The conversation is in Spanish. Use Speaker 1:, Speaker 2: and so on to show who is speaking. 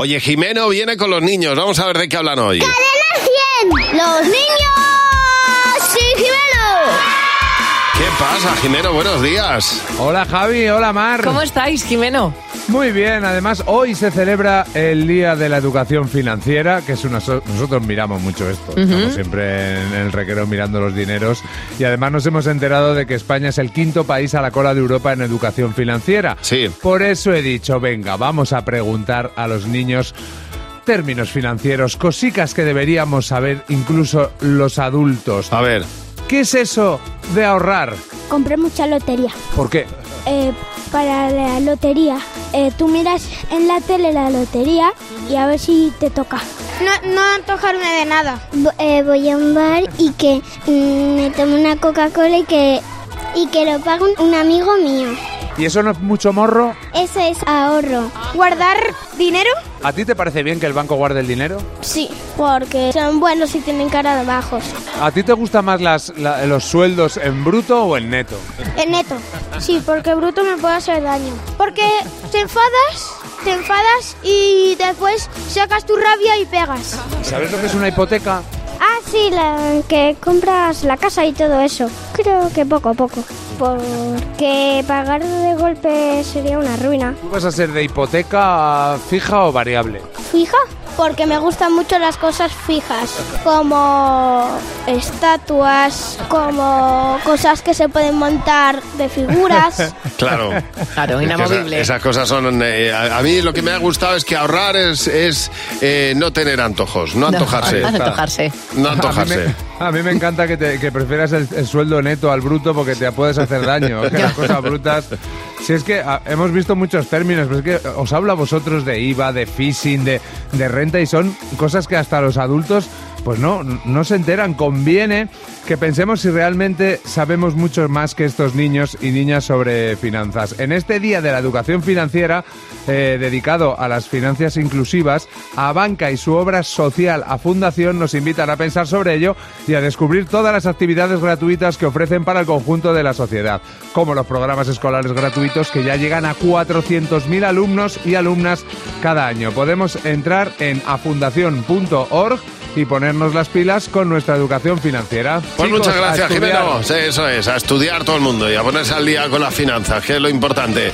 Speaker 1: Oye, Jimeno viene con los niños. Vamos a ver de qué hablan hoy.
Speaker 2: ¡Los niños! ¡Sí,
Speaker 1: ¿Qué pasa, Jimeno? Buenos días.
Speaker 3: Hola Javi, hola Mar.
Speaker 4: ¿Cómo estáis, Jimeno?
Speaker 3: Muy bien, además hoy se celebra el Día de la Educación Financiera, que es una... so- Nosotros miramos mucho esto, estamos siempre en el requero mirando los dineros y además nos hemos enterado de que España es el quinto país a la cola de Europa en educación financiera.
Speaker 1: Sí.
Speaker 3: Por eso he dicho, venga, vamos a preguntar a los niños términos financieros, cositas que deberíamos saber incluso los adultos.
Speaker 1: A ver,
Speaker 3: ¿Qué es eso de ahorrar?
Speaker 2: Compré mucha lotería.
Speaker 3: ¿Por qué?
Speaker 2: Eh, para la lotería. Eh, tú miras en la tele la lotería y a ver si te toca. eh,
Speaker 5: No, no antojarme de nada.
Speaker 2: voy a un bar y que mm, me tome una Coca-Cola y que, y que lo pague un, un amigo mío.
Speaker 3: ¿Y eso no es mucho morro?
Speaker 2: Eso es ahorro.
Speaker 5: ¿Guardar dinero?
Speaker 3: ¿A ti te parece bien que el banco guarde el dinero?
Speaker 2: Sí, porque son buenos y tienen cara de bajos.
Speaker 3: ¿A ti te gustan más las- la- los sueldos en bruto o en neto?
Speaker 2: Eh,
Speaker 5: En neto. Sí, porque bruto me puede hacer daño. Porque te enfadas, te enfadas y después sacas tu rabia y pegas.
Speaker 3: ¿Sabes lo que es una hipoteca?
Speaker 2: Ah, sí, la que compras la casa y todo eso. Creo que poco a poco. Porque pagar de golpe sería una ruina.
Speaker 3: ¿Tú vas a ser de hipoteca fija o variable?
Speaker 2: ¿Fija? Porque me gustan mucho las cosas fijas, como estatuas, como cosas que se pueden montar de figuras.
Speaker 1: claro.
Speaker 4: Claro,
Speaker 1: Es que esa-
Speaker 4: inamovible.
Speaker 1: esas cosas son... eh, a, a mí lo que me ha gustado es que ahorrar es, es, eh, no tener antojos, no antojarse.
Speaker 4: No, antojarse.
Speaker 1: No
Speaker 3: A mí
Speaker 1: antojarse.
Speaker 3: me, a mí me encanta que, te- que prefieras el, el sueldo neto al bruto porque te puedes hacer daño. que las cosas brutas. Si es que ah, hemos visto muchos términos, pero es que os hablo a vosotros de IVA, de phishing, de, de renta y son cosas que hasta los adultos pues no, no se enteran. Conviene que pensemos si realmente sabemos mucho más que estos niños y niñas sobre finanzas. En este Día de la Educación Financiera, eh, dedicado a las finanzas inclusivas, a Banca y su obra social a Fundación nos invitan a pensar sobre ello y a descubrir todas las actividades gratuitas que ofrecen para el conjunto de la sociedad, como los programas escolares gratuitos que ya llegan a 400.000 alumnos y alumnas cada año. Podemos entrar en afundación.org y ponernos las pilas con nuestra educación financiera.
Speaker 1: Pues
Speaker 3: Chicos,
Speaker 1: muchas
Speaker 3: a
Speaker 1: gracias,
Speaker 3: estudiar.
Speaker 1: Jimeno. Sí, Eso es, a estudiar todo el mundo y a ponerse al día con las finanzas, que es lo importante.